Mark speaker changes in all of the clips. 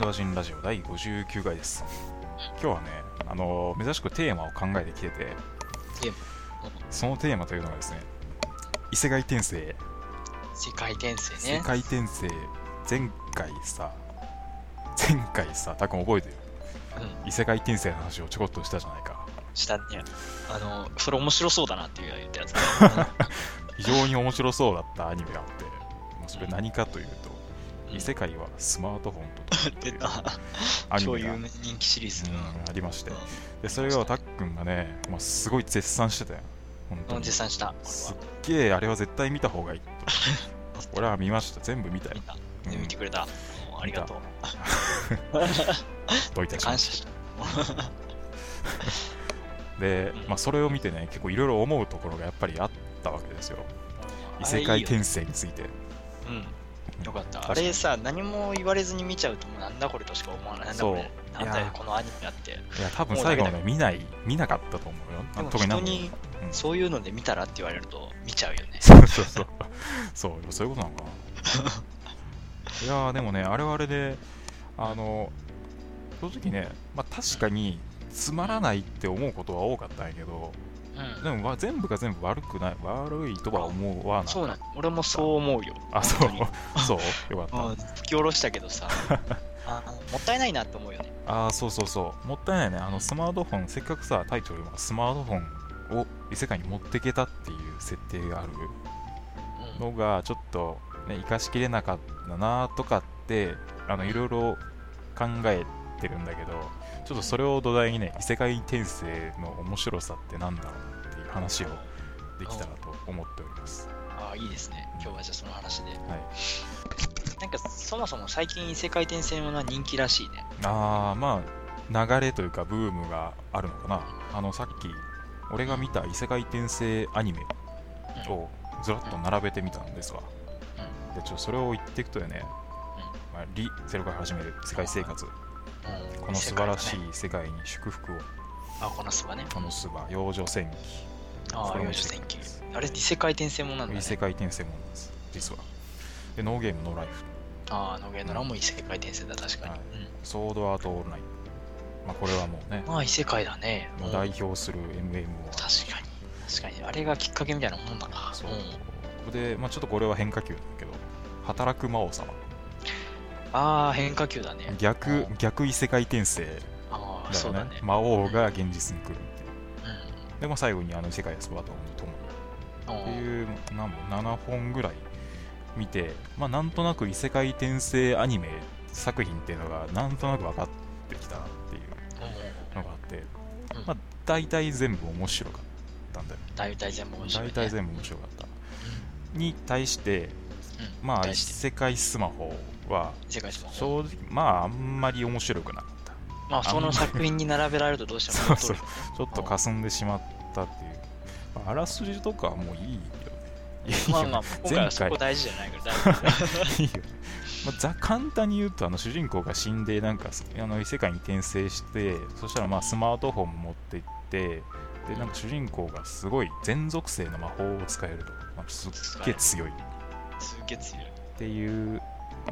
Speaker 1: ラ人ラジオ第59回です今日はねあの珍しくテーマを考えてきてて
Speaker 2: テー
Speaker 1: そのテーマというのがですね異世界転生
Speaker 2: 世界転生
Speaker 1: 世
Speaker 2: ね。
Speaker 1: 界転生前回さ前回さたくん覚えてる
Speaker 2: うん、
Speaker 1: 異世界転生の話をちょこっとしたじゃないか
Speaker 2: したね。あの、それ面白そうだなっていう 言ったやつ。
Speaker 1: 非常に面白そうだったアニメがあってもうそれ何かというと
Speaker 2: うん
Speaker 1: 異世界はスマートフォンとと
Speaker 2: 出た。
Speaker 1: アニ
Speaker 2: 超
Speaker 1: メ
Speaker 2: 有
Speaker 1: が、
Speaker 2: 名人気シリーズ。
Speaker 1: うんありまして
Speaker 2: う
Speaker 1: でそれをたっくんがね、まあ、すごい絶賛してたよ本
Speaker 2: ん。
Speaker 1: 当
Speaker 2: うん
Speaker 1: に
Speaker 2: 絶賛した。
Speaker 1: すっげえあれは絶対見た方 がいいと俺は見ました全部見たよ
Speaker 2: 俺は。
Speaker 1: う
Speaker 2: 見た。
Speaker 1: ん
Speaker 2: 見てくれた。もうありがとう。
Speaker 1: どういたしま
Speaker 2: 感
Speaker 1: し
Speaker 2: 謝した。
Speaker 1: たで
Speaker 2: う、ん
Speaker 1: まあ、それを見てね結構いろいろ思うところがやっぱりあったわけですよ異世界転生について
Speaker 2: うん。よかった。あ
Speaker 1: 確かに
Speaker 2: れさ、何も言われずに見ちゃうと、もうなんだこれとしか思わない。なんだこれ
Speaker 1: そう
Speaker 2: なんだ
Speaker 1: いや
Speaker 2: よ、このアニメあって。
Speaker 1: いや多分最後ま
Speaker 2: も
Speaker 1: で見ない見なかったと思うよ
Speaker 2: でも
Speaker 1: 特に
Speaker 2: 人
Speaker 1: 何も
Speaker 2: に
Speaker 1: うん
Speaker 2: そういうので見たらって言われると、見ちゃうよね。
Speaker 1: そうそうそう。そう、そういうことなのか な。いやー、でもね、あれはあれで、あの、正直ね、まあ、確かに、つまらないって思うことは多かったんやけど、
Speaker 2: うん。
Speaker 1: でもわ全部が全部悪くない、悪いとは思うわな。
Speaker 2: そうなん俺もそう思うよ。
Speaker 1: あ、そう
Speaker 2: 本当 に、
Speaker 1: そう、よか
Speaker 2: う
Speaker 1: っ
Speaker 2: ん、吹き下ろしたけ どさあもったいないなと思うよね
Speaker 1: た。あー、そうそうそう、もったいないね、あの、スマートフォン、せっかくさ、タイトルはスマートフォンを異世界に持ってけたっていう設定がある。
Speaker 2: うん
Speaker 1: のがちょっと、ね、生かしきれなかったなとかってあのいろいろ考えてるんだけどちょっとそれを土台にね異世界転生の面白さってなんだろうっていう話をできたらと思っております
Speaker 2: ああいいですね今日はじゃあその話で、
Speaker 1: はい
Speaker 2: なんかそもそも最近異世界転生ものは人気らしいね
Speaker 1: あーまあ流れというかブームがあるのかなあのさっき俺が見た異世界転生アニメをずらっと並べてみたんですわ、でちょっとそれを言っていくとね、まあ、リ・ゼロから始める世界生活
Speaker 2: うん
Speaker 1: この素晴らし
Speaker 2: 異世界
Speaker 1: い世界
Speaker 2: だね
Speaker 1: に祝福を、
Speaker 2: あこのスバね
Speaker 1: この素場、養女戦記、
Speaker 2: あ
Speaker 1: こ
Speaker 2: あ
Speaker 1: れも
Speaker 2: 幼
Speaker 1: 異世
Speaker 2: 女
Speaker 1: 界
Speaker 2: 戦記あれ異世界転生ものなんだ、ね
Speaker 1: 異、世界転生ものなんです、実は。で、ノーゲーム、ノーライフ、
Speaker 2: ああノゲノラも異世界転生だ確かに、
Speaker 1: はい
Speaker 2: うん
Speaker 1: ソードアートオールナイン。まあ、これはもうね、
Speaker 2: まあ異世界だね
Speaker 1: も
Speaker 2: うん
Speaker 1: う
Speaker 2: 確
Speaker 1: 代表する MMO は。
Speaker 2: かに確かにあれがきっかけみたいなもんだな
Speaker 1: そ
Speaker 2: ん
Speaker 1: うで、まあ、ちょっとこれは変化球なんだけど、働く魔王様、
Speaker 2: ああ変化球だね
Speaker 1: 逆逆異世界転生
Speaker 2: ああ
Speaker 1: だ
Speaker 2: そう
Speaker 1: よ
Speaker 2: だ
Speaker 1: ね
Speaker 2: ね、
Speaker 1: 魔王が現実に来るっていう。
Speaker 2: うん
Speaker 1: でも最後にあの異世界で育ったのと共に
Speaker 2: うん
Speaker 1: っていう何本7本ぐらい見て、まあ、なんとなく異世界転生アニメ作品っていうのがなんとなく分かってきたなっていう
Speaker 2: うん
Speaker 1: のがあって
Speaker 2: うん、
Speaker 1: まあ、大体全部面白かったんだよ
Speaker 2: 大体全部面白い、
Speaker 1: 大
Speaker 2: ね。
Speaker 1: 体全部面白かったに対して
Speaker 2: うん
Speaker 1: まあ異
Speaker 2: 大して
Speaker 1: 世界スマホは
Speaker 2: 異世界史も。
Speaker 1: 正直まああんまり面白くなかった
Speaker 2: まあ、その作品に並べられるとどうしても
Speaker 1: そうそうちょっと霞んでしまったっていう、まあ、あらすじとかはもういいよねいいよね
Speaker 2: まあまあ、今回はそ
Speaker 1: 前
Speaker 2: こ
Speaker 1: 回
Speaker 2: 大事じゃないから大丈
Speaker 1: いいよねまあ、ざ簡単に言うとあの主人公が死んでなんかすあの異世界に転生してそしたらまあスマートフォン持って行ってでなんか主人公がすごい全属性の魔法を使えると、まあ、すっげえ強いっ
Speaker 2: 夫。 すげえ強い。
Speaker 1: ていう、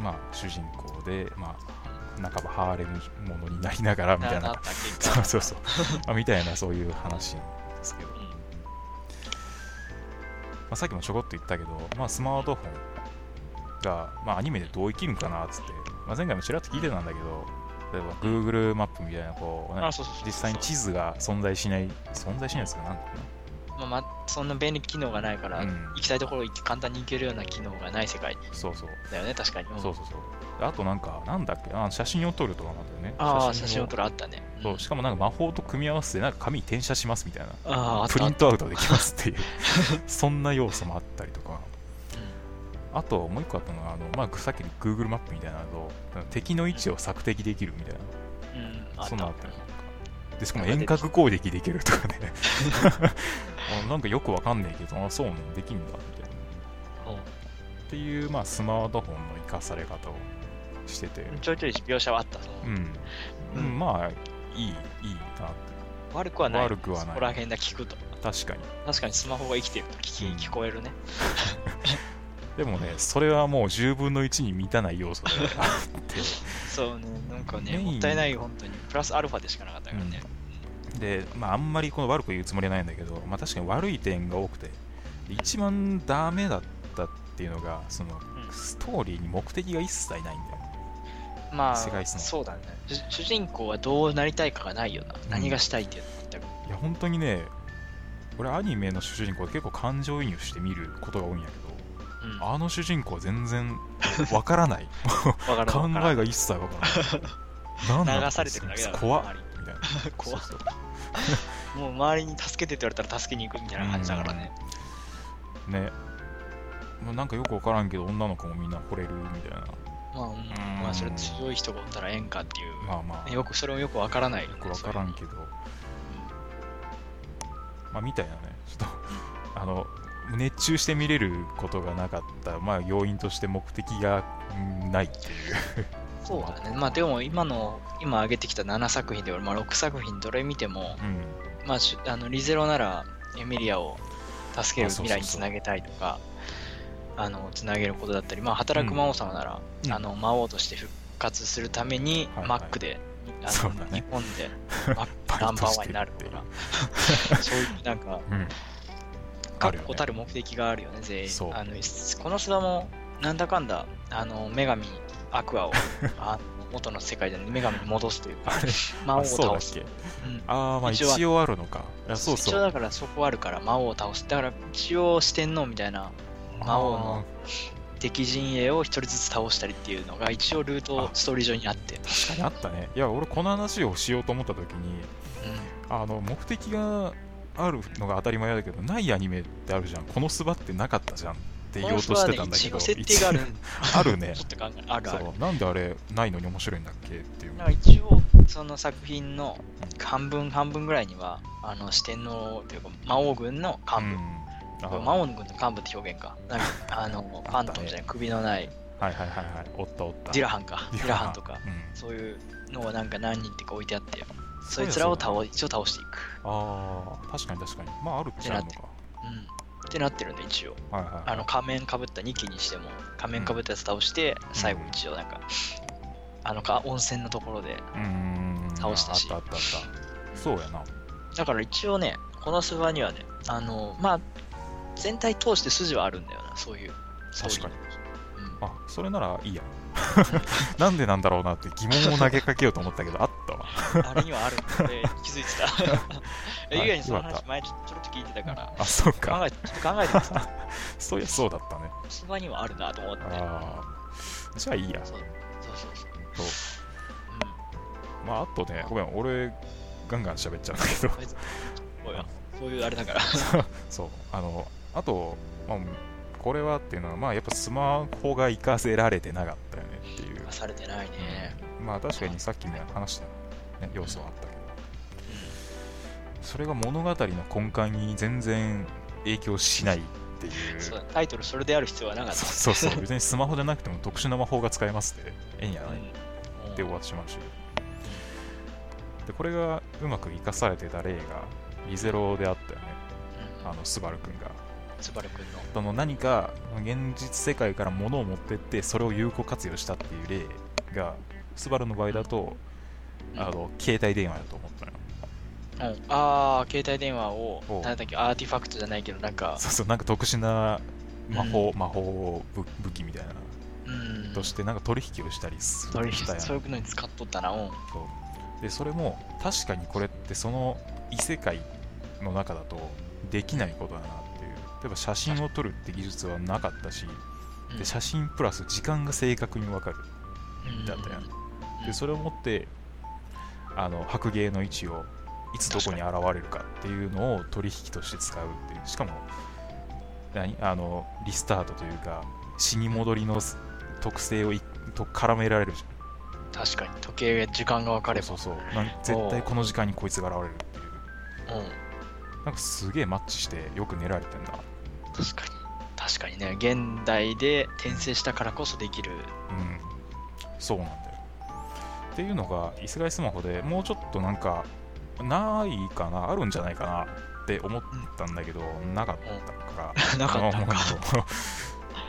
Speaker 1: まあ、主人公で、まあ、半ばハーレムものになりながらみたい
Speaker 2: な
Speaker 1: な
Speaker 2: った結
Speaker 1: そ
Speaker 2: 果
Speaker 1: うそうそう、まあ、みたいなそういう話なんですけど、ま
Speaker 2: うん
Speaker 1: あ、さっきもちょこっと言ったけど、まあ、スマートフォンが、まあ、アニメでどう生きるんかなっつって、まあ、前回もちらっと聞いてたんだけど例えば Google マップみたいなこう、ね
Speaker 2: あ、そうそうそうそう
Speaker 1: 実際に地図が存在しない存在しないですかなんていうの
Speaker 2: まあ、まあ、そんな便利機能がないから、
Speaker 1: うん
Speaker 2: 行きたいところ行って簡単に行けるような機能がない世界
Speaker 1: そうそう
Speaker 2: だよね、確かに。
Speaker 1: そうそうそうあとなんかなんだっけあ写真を撮るとかなんだよね
Speaker 2: ああ、写真を撮
Speaker 1: る
Speaker 2: るあったね。うん
Speaker 1: そうしかもなんか魔法と組み合わせてなんか紙に転写しますみたいな
Speaker 2: ああ、あっ
Speaker 1: プ
Speaker 2: た
Speaker 1: リ
Speaker 2: あっ
Speaker 1: ントアウトできます っていうそんな要素もあったりとか
Speaker 2: た。うん
Speaker 1: あともう一個あったのがあの、まあ、さっきの Google マップみたいなのと敵の位置を索敵できるみたい
Speaker 2: うん、あ
Speaker 1: な
Speaker 2: っ
Speaker 1: そん
Speaker 2: た
Speaker 1: なのあったりとかでしかも遠隔攻撃できるとかね あなんかよくわかんないけどあそうなんできんだみたいなっていう、まあ、スマートフォンの生かされ方をしてて、
Speaker 2: うんちょいちょい描写はあった。その
Speaker 1: うん、
Speaker 2: うん
Speaker 1: うんまあいいいいなって
Speaker 2: 悪くはない。
Speaker 1: 悪くはない
Speaker 2: そこら辺だけ聞くと。
Speaker 1: 確かに
Speaker 2: 確かにスマホが生きてると聞き、
Speaker 1: うん
Speaker 2: 聞こえるね。
Speaker 1: でもね、それはもう10分の1に満たない要素があって、
Speaker 2: そうね、なんかね、
Speaker 1: メイン
Speaker 2: もったいない、本当に。プラスアルファでしかなかったからね。
Speaker 1: で、まあ、あんまりこの悪く言うつもりはないんだけど、まあ、確かに悪い点が多くてで一番ダメだったっていうのがその
Speaker 2: ん
Speaker 1: ストーリーに目的が一切ないんだよ
Speaker 2: まあ、
Speaker 1: 世界一の
Speaker 2: そうだね。主主人公はどうなりたいかがないよな。
Speaker 1: ん
Speaker 2: 何がしたいっていうの全く
Speaker 1: いや本当にね俺アニメの主人公結構感情移入して見ることが多いんやけど
Speaker 2: うん
Speaker 1: あの主人公は全 然わからない
Speaker 2: わからん
Speaker 1: 考
Speaker 2: わからん
Speaker 1: えが一切わからないなん
Speaker 2: 流されてるだけだから
Speaker 1: 怖っ
Speaker 2: 周
Speaker 1: みたいな
Speaker 2: 怖っ
Speaker 1: そうそう
Speaker 2: もう周りに助けてって言われたら助けに行くみたいな感じだからね。
Speaker 1: ねもうなんかよくわからんけど女の子もみんな惚れるみたいな
Speaker 2: まあ、うん
Speaker 1: ん
Speaker 2: まあ、それ強い人がおったらええんかっていう。
Speaker 1: まあまあ
Speaker 2: よくそれもよくわからないよね、
Speaker 1: よくわからんけど、まあ、みたいなね、 ちょっと、あの、熱中して見れることがなかった、まあ、要因として目的がうんないっていう。
Speaker 2: そうだね。まあでも今の、今上げてきた7作品で、まあ、6作品どれ見ても、
Speaker 1: うん。
Speaker 2: まあし、あのリゼロならエミリアを助ける
Speaker 1: あそうそうそう
Speaker 2: 未来につなげたいとか、あのつなげることだったり、まあ、働く魔王様なら、
Speaker 1: うん
Speaker 2: あの魔王として復活するために、
Speaker 1: はいはい
Speaker 2: マックで、あ
Speaker 1: そうだ
Speaker 2: の
Speaker 1: ね
Speaker 2: 日本 でマックナンバーワンになると
Speaker 1: バイ
Speaker 2: か、そういうなんか、
Speaker 1: うん。ある
Speaker 2: 確
Speaker 1: よね
Speaker 2: 固たる目的があるよね、全員
Speaker 1: そう。
Speaker 2: あのこの菅田も、なんだかんだ、あの女神アク アをあ元の世界で女神に戻すというか
Speaker 1: あれ、
Speaker 2: 魔王を
Speaker 1: あそうだ
Speaker 2: 倒
Speaker 1: っ
Speaker 2: す。
Speaker 1: け
Speaker 2: うん
Speaker 1: ああ、まあ、
Speaker 2: 一応ある
Speaker 1: 一応あるのか。いやそう
Speaker 2: 一
Speaker 1: そ
Speaker 2: 応
Speaker 1: う。
Speaker 2: だからそこあるから魔王を倒すだから一応四天王みたいな魔王の敵陣営を一人ずつ倒したりっていうのが一応ルート
Speaker 1: あ
Speaker 2: ストーリー上にあって
Speaker 1: 確かにあったね。いや、俺、この話をしようと思ったときに、あの、目的があるのが当たり前だけど、ないアニメってあるじゃん。このスバってなかったじゃんって言おうとしてたんだけど、
Speaker 2: この人はね一応設定がある
Speaker 1: あるね
Speaker 2: ちょっと考えあるある
Speaker 1: そうなんであれないのに面白いんだっけっていう
Speaker 2: だから一応その作品の半分半分ぐらいにはあの四天王というか魔王軍の幹部、
Speaker 1: うん、
Speaker 2: 魔
Speaker 1: 王
Speaker 2: 王軍の幹部って表現かなんかあの
Speaker 1: あ
Speaker 2: パ
Speaker 1: っ
Speaker 2: ン
Speaker 1: たね
Speaker 2: トンじゃない首のない
Speaker 1: はいはいはいはいおったおった
Speaker 2: ディラハンかディラハンとか
Speaker 1: うん
Speaker 2: そういうのがなんか何人ってか置いてあってそうい
Speaker 1: や
Speaker 2: つらを
Speaker 1: そう
Speaker 2: 倒一応倒していく
Speaker 1: やああ確かに確かにまああるっちゃあるのか
Speaker 2: うんってなってるんで一応
Speaker 1: はいはいはい
Speaker 2: あの仮面かぶった2機にしても仮面かぶったやつ倒して最後一応なんか、あのか温泉のところで
Speaker 1: うーん
Speaker 2: 倒したし
Speaker 1: あったあったあったそうやな
Speaker 2: だから一応ねこのスバにはねあのまあ全体通して筋はあるんだよなそういう
Speaker 1: 確かに
Speaker 2: に、うん
Speaker 1: あそれならいいや なんでなんだろうなって疑問を投げかけようと思ったけどあったわ
Speaker 2: あれにはあ るって気づいてたえ意外にその
Speaker 1: よかっ
Speaker 2: 話前ちょちょろっと聞いてたから
Speaker 1: あそう
Speaker 2: 考
Speaker 1: か
Speaker 2: えちょっと考えてました
Speaker 1: そういやそうだったね
Speaker 2: スバにはあるなと思って
Speaker 1: ああじゃあいいや
Speaker 2: そうそうそうそう
Speaker 1: そう
Speaker 2: うん
Speaker 1: まああとねごめん俺ガンガン喋っちゃうんだけど
Speaker 2: こういうそういうあれだ から
Speaker 1: そうあのあと、まあ、これはっていうのは、まあ、やっぱスマホが活かせられてなかったよねっていう、
Speaker 2: されてないね、
Speaker 1: まあ確かにさっきも話した、ね、要素はあったけどそれが物語の根幹に全然影響しないっていう
Speaker 2: うんそうタイトルそれである必要はなかった
Speaker 1: そうそうそう別にスマホじゃなくても特殊な魔法が使えますってええんやない
Speaker 2: う ん
Speaker 1: で終わってしまうしでこれがうまく活かされてた例がリゼロであったよねあのスバル君が
Speaker 2: スバル君の
Speaker 1: その何か現実世界から物を持ってってそれを有効活用したっていう例がスバルの場合だと、
Speaker 2: うん
Speaker 1: あの携帯電話だと思ったのよ
Speaker 2: うんああ携帯電話を
Speaker 1: おう
Speaker 2: なんだっけアーティファクトじゃないけどなんか
Speaker 1: そうそうなんか特殊な魔法、魔法武武器みたいな
Speaker 2: うん
Speaker 1: としてなんか取引をしたりす
Speaker 2: それ
Speaker 1: したやん
Speaker 2: そういうのに使っとったなうん
Speaker 1: そうでそれも確かにこれってその異世界の中だとできないことだなっていう例えば写真を撮るって技術はなかったし
Speaker 2: うん
Speaker 1: で写真プラス時間が正確に分かる
Speaker 2: うん
Speaker 1: だったやん
Speaker 2: うん
Speaker 1: でそれを持ってあの白芸の位置をいつどこに現れるかっていうのを取引として使うっていうしかも何あのリスタートというか死に戻りの特性をいと絡められるじゃ
Speaker 2: 確かに時計が時間が分か
Speaker 1: ん
Speaker 2: れば
Speaker 1: そうそうなん絶対この時間にこいつが現れるっていう
Speaker 2: うん
Speaker 1: なんかすげえマッチしてよく練られてんだ
Speaker 2: 確かに確かにね現代で転生したからこそできる
Speaker 1: うんそうなんだよっていうのがイスライスマホでもうちょっとなんかないかなあるんじゃないかなって思ったんだけどなかったから
Speaker 2: なかったのか
Speaker 1: あ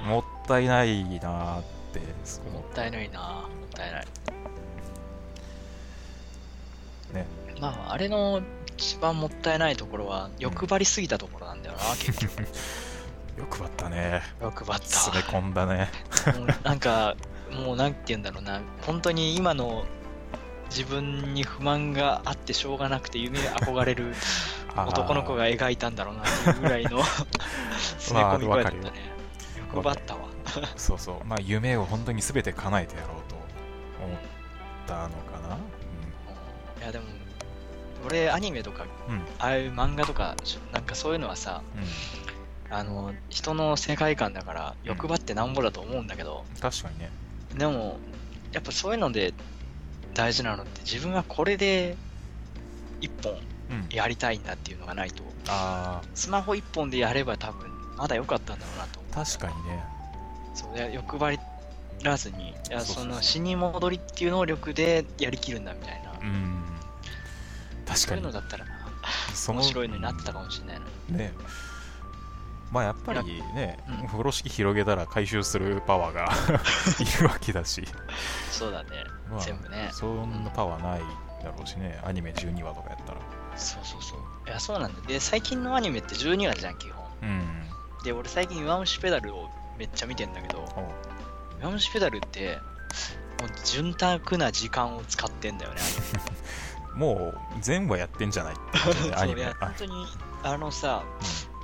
Speaker 1: のもう もったいないなーって思
Speaker 2: も
Speaker 1: っ
Speaker 2: ったいないなもったいない
Speaker 1: ね
Speaker 2: まああれの一番もったいないところは欲張りすぎたところなん だよな、結局
Speaker 1: よくばったね
Speaker 2: 欲張っ
Speaker 1: 詰め
Speaker 2: た
Speaker 1: 込んだね
Speaker 2: もうなんかもうなんて言うんだろうな本当に今の自分に不満があってしょうがなくて夢憧れる
Speaker 1: あー
Speaker 2: 男の子が描いたんだろうなっていうぐらい の詰め込み具合だったね欲張ったわ
Speaker 1: そうそうまあ夢を本当に全て叶えてやろうと思ったのかな、
Speaker 2: いやでも俺アニメとか、
Speaker 1: うん
Speaker 2: ああいう漫画とかしなんかそういうのはさ
Speaker 1: うんうん、
Speaker 2: あの人の世界観だから
Speaker 1: うん
Speaker 2: 欲張ってなんぼだと思うんだけど、
Speaker 1: 確かにね
Speaker 2: でもやっぱそういうので大事なのって自分はこれで一本
Speaker 1: うん
Speaker 2: やりたいんだっていうのがないと
Speaker 1: あ
Speaker 2: スマホ一本でやれば多分まだ良かったんだろうなと
Speaker 1: ー確かにね
Speaker 2: そういや欲張らずにいや
Speaker 1: そうそうそう
Speaker 2: その死に戻りっていう能力でやりきるんだみたいな、
Speaker 1: うん確
Speaker 2: そう
Speaker 1: か
Speaker 2: いうの
Speaker 1: に
Speaker 2: だったらな
Speaker 1: そ
Speaker 2: 面白いのになってたかもしれないな
Speaker 1: ねまあやっぱりね、
Speaker 2: うん
Speaker 1: 風呂敷広げたら回収するパワー がいるわけだし、
Speaker 2: そうだね、
Speaker 1: まあ、
Speaker 2: 全部ね
Speaker 1: そんなパワーないだろうしねアニメ12話とかやったら
Speaker 2: そうそうそういやそうなんだよで最近のアニメって12話じゃん基本
Speaker 1: うん
Speaker 2: で俺最近「上虫ペダル」をめっちゃ見てんだけど
Speaker 1: おう
Speaker 2: 「上虫ペダル」ってもう潤沢な時間を使ってんだよね
Speaker 1: もう全話やってんじゃないって感じだね
Speaker 2: ア
Speaker 1: ア
Speaker 2: ニ
Speaker 1: ニ
Speaker 2: メそうい
Speaker 1: メ
Speaker 2: や
Speaker 1: あ
Speaker 2: 本当にあのさ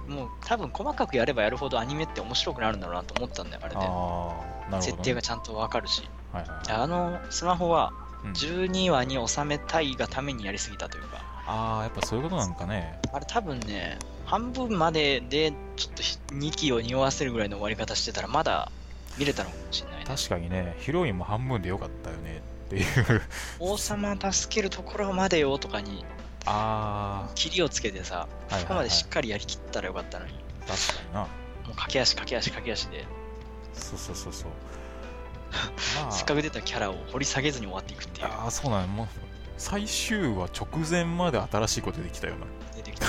Speaker 2: もう多分細かくやればやるほどアニメって面白くなるんだろうなと思ったんだよあれで
Speaker 1: あーなるほどね、
Speaker 2: 設定がちゃんとわかるし
Speaker 1: はいはいはい
Speaker 2: あのスマホは
Speaker 1: うん
Speaker 2: 12話に収めたいがためにやりすぎたというか
Speaker 1: ああやっぱそういうことなんかね
Speaker 2: あれ多分ね、半分まででちょっと2期を匂わせるぐらいの終わり方してたらまだ見れたのかもしれないね。
Speaker 1: 確かにねヒロインも半分でよかったよねっていう
Speaker 2: 王様助けるところまでよとかに、
Speaker 1: あ
Speaker 2: キリをつけてさ、
Speaker 1: あはい
Speaker 2: そ
Speaker 1: はい、
Speaker 2: こま
Speaker 1: はい、
Speaker 2: でしっ
Speaker 1: 確
Speaker 2: かりやりきったらよかったのに、も
Speaker 1: かにな
Speaker 2: う駆け足駆け足駆け足で、
Speaker 1: そうそうそう そうまあ
Speaker 2: せっかく出たキャラを掘り下げずに終わっていくっていう、
Speaker 1: ああそうなんやもう最終話直前まで新しいこと出てきたよな
Speaker 2: 出 てきた。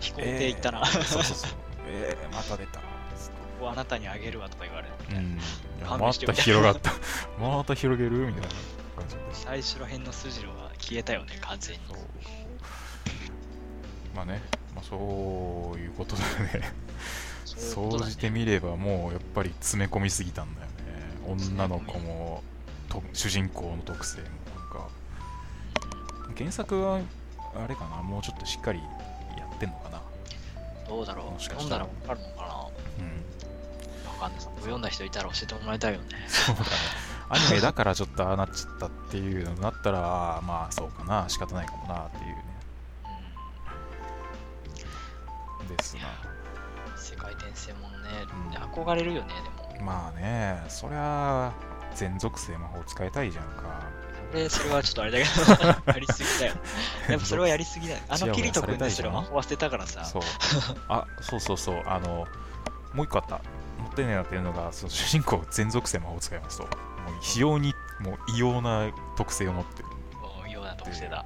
Speaker 2: 飛行艇行ったな、
Speaker 1: そうそうそうええまた出た
Speaker 2: ここあなたにあげるわとか言われる。
Speaker 1: うんいや
Speaker 2: 勘
Speaker 1: ま
Speaker 2: 弁して
Speaker 1: た
Speaker 2: よ
Speaker 1: 広がった また広げるみたいな感じです
Speaker 2: 最初ら辺の筋路は消えたよね、完全に。
Speaker 1: まあね、まあ、そういうことだよね
Speaker 2: そういうこと
Speaker 1: 総
Speaker 2: だ
Speaker 1: じて
Speaker 2: ね。
Speaker 1: みればもうやっぱり詰め込みすぎたんだよね女の子もと主人公の特性もなんか原作はあれかなもうちょっとしっかりやってんのかな
Speaker 2: どうだろ
Speaker 1: も
Speaker 2: う。
Speaker 1: しか
Speaker 2: 読
Speaker 1: し
Speaker 2: ん
Speaker 1: た
Speaker 2: だ
Speaker 1: ら
Speaker 2: らわかるのかな
Speaker 1: うん
Speaker 2: わかんない。読んだ人いたら教えてもらいたいよね。
Speaker 1: そうだね。アニメだからちょっとああなっちゃったっていうのになったら、あーまあそうかな、仕方ないかもなっていうね。ですな。
Speaker 2: うん世界転生もんね、
Speaker 1: うん
Speaker 2: 憧れるよね、 でも。
Speaker 1: まあね、そりゃ、全属性魔法使いたいじゃんか。
Speaker 2: 俺、それはちょっとあれだけど、 やりすぎだよ。やっぱそれはやりすぎだよ。あ
Speaker 1: 違う
Speaker 2: のキリト君です
Speaker 1: されたいじゃ
Speaker 2: ら
Speaker 1: ん
Speaker 2: 魔法は捨てたからさ。
Speaker 1: そう。あ、そうそうそう。あの、もう一個あった。持ってねえなっていうのが、その主人公全属性魔法使いますと。もう非常に、もう異様な特性を持ってる。
Speaker 2: もうような特性だ。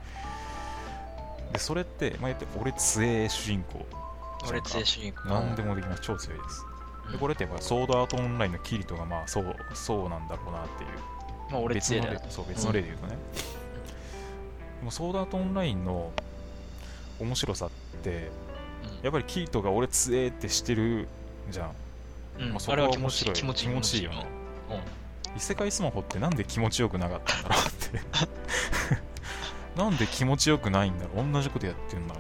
Speaker 1: で、それって、まあ、言って俺強え主人公。
Speaker 2: 俺、強い主人公。
Speaker 1: 何でもできます。超強いです。でこれ
Speaker 2: れ、
Speaker 1: ってやっぱソードアートオンラインのキリトがまあそうそうなんだろうなっていう
Speaker 2: まあ、俺
Speaker 1: 別
Speaker 2: 強い
Speaker 1: の
Speaker 2: だ
Speaker 1: 例
Speaker 2: よ。
Speaker 1: そう別の例で言うとね、でもソードアートオンラインの面白さってやっぱりキリトが俺強えってしてるじゃん、
Speaker 2: うんうん
Speaker 1: まあ、そ
Speaker 2: あ
Speaker 1: こ
Speaker 2: れ
Speaker 1: は
Speaker 2: は気
Speaker 1: 面
Speaker 2: 持ちい
Speaker 1: 白
Speaker 2: い。
Speaker 1: い
Speaker 2: 気持ちいい。
Speaker 1: よね
Speaker 2: うん
Speaker 1: 異世界スマホってなんで気持ちよくなかったんだろうって なんで気持ちよくないんだろう同じことやってんだ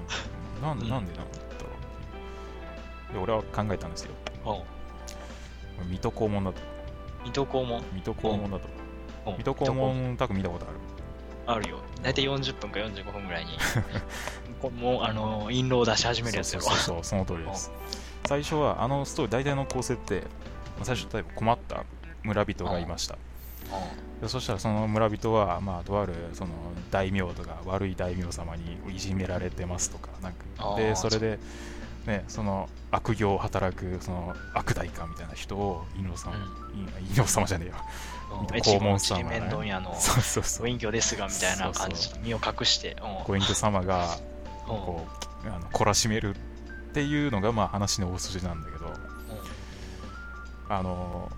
Speaker 1: なんでなんでなんだろうで俺は考えたんですよ
Speaker 2: うん
Speaker 1: 水戸黄門だと
Speaker 2: 水戸黄門。
Speaker 1: 水戸黄門だと
Speaker 2: うん
Speaker 1: 水戸黄門多分見たことある
Speaker 2: あるよ。だいたい40分か45分 ぐらいに、こもう、あの、印籠を出し始めるや
Speaker 1: そ
Speaker 2: つよ
Speaker 1: う。そう そうそうその通りです最初はあのストーリー大体の構成ってまあ最初例えば困った村人がいました
Speaker 2: うん
Speaker 1: でそしたらその村人は、まあ、とあるその大名とか悪い大名様にいじめられてますとかなん
Speaker 2: あ
Speaker 1: か
Speaker 2: ー
Speaker 1: でそれで、ね、その悪行を働くその悪代官みたいな人を犬王様
Speaker 2: うん
Speaker 1: 犬王様じゃねえよ
Speaker 2: うん
Speaker 1: うん
Speaker 2: 越
Speaker 1: 肛
Speaker 2: 後の
Speaker 1: 門
Speaker 2: ち
Speaker 1: 様
Speaker 2: り
Speaker 1: がね
Speaker 2: めん問屋の
Speaker 1: そうそうそう
Speaker 2: ご隠居ですがみたいな感
Speaker 1: そう
Speaker 2: じ身を隠してうん
Speaker 1: ご隠居様が
Speaker 2: うん
Speaker 1: こうあの懲らしめるっていうのがまあ話の大筋なんだけど
Speaker 2: うん
Speaker 1: あの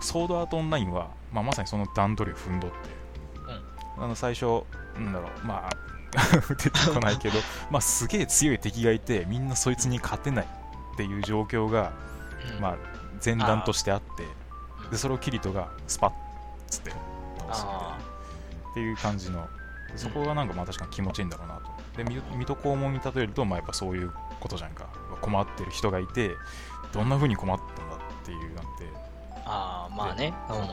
Speaker 1: ソードアートオンラインは、まあ、まさにその段取りを踏んどって、あの最初なんだろうまあ 出てこない けどまあすげえ強い敵がいてみんなそいつに勝てないっていう状況が、
Speaker 2: うん
Speaker 1: まあ、前段としてあって
Speaker 2: うん
Speaker 1: でそれをキリトがスパッつって倒すみたいな
Speaker 2: あ
Speaker 1: っていう感じのそこがなんかまあ確かに気持ちいいんだろうなとで水水戸黄門に例えるとまあやっぱそういうことじゃんか困ってる人がいてどんな風に困ったんだっていうなんて
Speaker 2: ーあーまあね、
Speaker 1: うん
Speaker 2: うんうん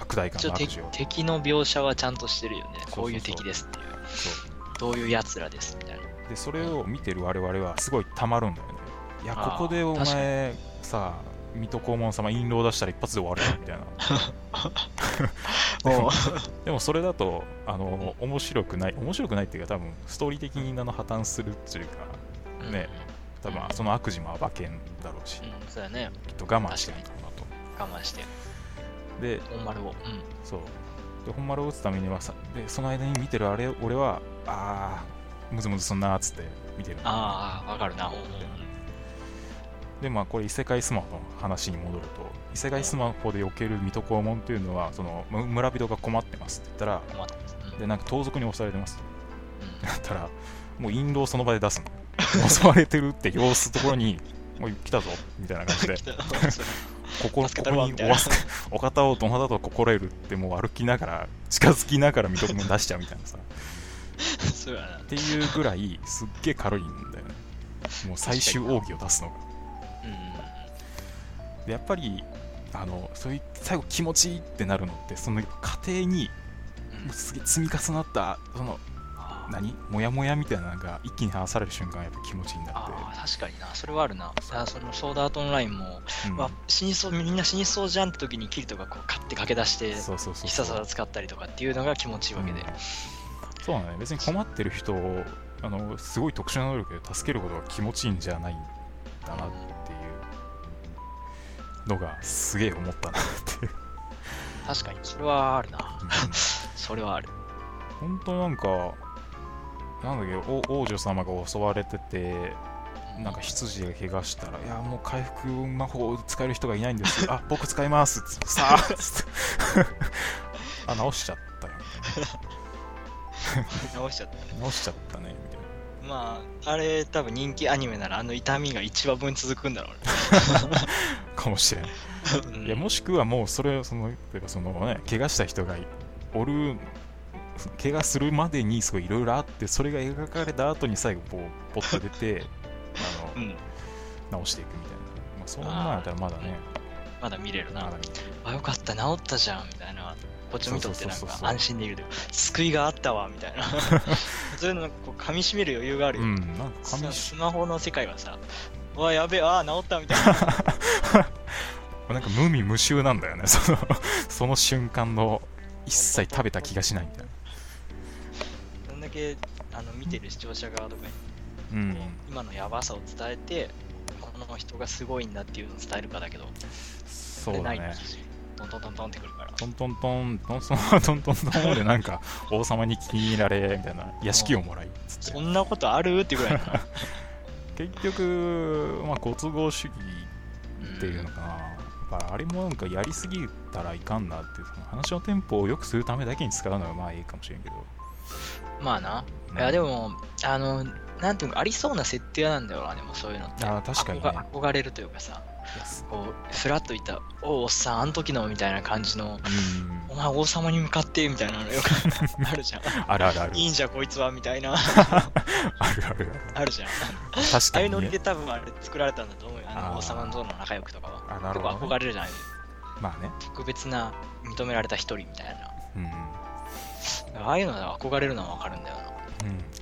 Speaker 1: 悪大
Speaker 2: うん、
Speaker 1: 感
Speaker 2: ちょ
Speaker 1: の
Speaker 2: っと
Speaker 1: 悪
Speaker 2: 敵
Speaker 1: 事を
Speaker 2: 敵の描写はちゃんとしてるよね
Speaker 1: そうそうそう
Speaker 2: こういう敵ですっていう
Speaker 1: そ
Speaker 2: どういうやつらですみたいな
Speaker 1: うでそれを見てる我々はすごいたまるんだよねいや
Speaker 2: あー
Speaker 1: ここでお
Speaker 2: 確か
Speaker 1: 前さ水戸黄門様印籠出したら一発で終わるよみた いな
Speaker 2: もう
Speaker 1: でもそれだとあの面白くない面白くないっていうか多分ストーリー的にあの破綻するっていうかね多分その悪事も暴けんだろうし
Speaker 2: うん、うんそうだね
Speaker 1: きっと我慢してるんだろうなと
Speaker 2: 我慢して
Speaker 1: で
Speaker 2: 本丸を、うん、
Speaker 1: そうで本丸を打つためにはさでその間に見てるあれ俺はああむずむずすんなーっつって見てる
Speaker 2: ああわかるな、うんうんうん
Speaker 1: でまあこれ異世界スマホの話に戻ると異世界スマホで避ける水戸黄門っていうのはそのむ村人が困ってますって言ったら
Speaker 2: 困ったうん
Speaker 1: でなんか盗賊に襲われてます
Speaker 2: うん
Speaker 1: だったらもう印籠をその場で出す の襲われてるって様子ところにもう来たぞみたいな感じ でこここ
Speaker 2: 助けたる
Speaker 1: こ
Speaker 2: わ
Speaker 1: に
Speaker 2: みた
Speaker 1: お
Speaker 2: いな
Speaker 1: わすお方をどなたと心得るってもう歩きながら近づきながら水戸黄門出しちゃうみたいなさ
Speaker 2: そうやな
Speaker 1: っていうぐらいすっげえ軽いんだよねもう最終奥義を出すのが
Speaker 2: うんうん
Speaker 1: でやっぱりあのそういう最後気持ちいいってなるのってその過程に
Speaker 2: うん
Speaker 1: もうすげえ積み重なったその
Speaker 2: あー
Speaker 1: 何モヤモヤみたいなのが一気に離される瞬間やっぱ気持ちいいんだ
Speaker 2: あ
Speaker 1: っ
Speaker 2: ー確かになそれはあるなあそのソードアートオンラインも、
Speaker 1: て、うん
Speaker 2: まあ、死にそうみんな死にそうじゃんって時にキリトがこうカッて駆け出して
Speaker 1: そうそうそう
Speaker 2: ひさ
Speaker 1: そ
Speaker 2: さ
Speaker 1: う
Speaker 2: ら使ったりとかっていうのが気持ちいいわけで、
Speaker 1: うんそうなのね別に困ってる人をあのすごい特殊な能力で助けることが気持ちいいんじゃないんだなっていうのがすげえ思ったなっていう、
Speaker 2: 確かにそれはあるな
Speaker 1: うん
Speaker 2: それはある
Speaker 1: 本当になんかなんだっけお王女様が襲われててなんか羊が怪我したら「いやもう回復魔法を使える人がいないんです」あ僕使います」つってさあ」つってあ直しちゃったよ
Speaker 2: 直しちゃった
Speaker 1: 直しちゃったねみたいな
Speaker 2: まああれ多分人気アニメならあの痛みが1話分続くんだろ
Speaker 1: かもしれん
Speaker 2: う ね
Speaker 1: いやもしくはもうそれその例えばそのね怪我した人がおる怪我するまでにすごいいろいろあってそれが描かれた後に最後こうポッと出 てあの、
Speaker 2: うん
Speaker 1: 直していくみたいな、まあ、そんなんやったらまだね
Speaker 2: まだ見れる
Speaker 1: ま
Speaker 2: な
Speaker 1: だ見
Speaker 2: あよかった治ったじゃんみたいなこっちを見とってなん
Speaker 1: そうそうそう
Speaker 2: か
Speaker 1: そう
Speaker 2: 安心できるというか救いがあったわみ たいなそういうのなんかこう噛み締める余裕がある
Speaker 1: う
Speaker 2: よ、
Speaker 1: ん、なんか
Speaker 2: そ
Speaker 1: 紙
Speaker 2: の
Speaker 1: し
Speaker 2: スマホの世界はさうわやべえああ治ったみたい な
Speaker 1: なんか無味無臭なんだよね そのその瞬間の一切食べた気がしないみたいな
Speaker 2: どんだけあの見てる視聴者側とかに
Speaker 1: うん
Speaker 2: 今のやばさを伝えてこの人がすごいんだっていうのを伝えるかだけど
Speaker 1: そう
Speaker 2: れ
Speaker 1: だ
Speaker 2: ないん
Speaker 1: ね
Speaker 2: だしトントントントンってくるから
Speaker 1: トントントントントントントントンでなんか王様に気に入られみたいな屋敷をもらいっつっ
Speaker 2: そ
Speaker 1: て
Speaker 2: んなことあるってぐらいだな
Speaker 1: 結局まあご都合主義っていうの
Speaker 2: ん
Speaker 1: かなだからあれもなんかやりすぎたらいかんなっていうその話のテンポを良くするためだけに使うのはまあいいかもしれんけど
Speaker 2: まあな
Speaker 1: うん
Speaker 2: いやでもあのなんていうかありそうな設定なんだよなでもそういうのって
Speaker 1: あー確かにね
Speaker 2: 憧憧れるというかさこうふらっといた「おうおっさんあん時の」みたいな感じ
Speaker 1: う
Speaker 2: の
Speaker 1: ん
Speaker 2: 「お前王様に向かって」みたいなのよくあるじゃん
Speaker 1: あるあるある
Speaker 2: いいんじゃこいつはみたいな
Speaker 1: あるある
Speaker 2: あるじゃん
Speaker 1: ある確
Speaker 2: ああ
Speaker 1: か
Speaker 2: いう
Speaker 1: に
Speaker 2: ノリ
Speaker 1: ね
Speaker 2: で多分あれ作られたんだと思うよあ
Speaker 1: あー
Speaker 2: の王様との仲良くとかは
Speaker 1: あなる
Speaker 2: 結
Speaker 1: ほど
Speaker 2: 構
Speaker 1: ね
Speaker 2: 憧れるじゃない
Speaker 1: まあね
Speaker 2: 特別な認められた一人みたいな
Speaker 1: うんうん
Speaker 2: ああいうのは憧れるのは分かるんだよな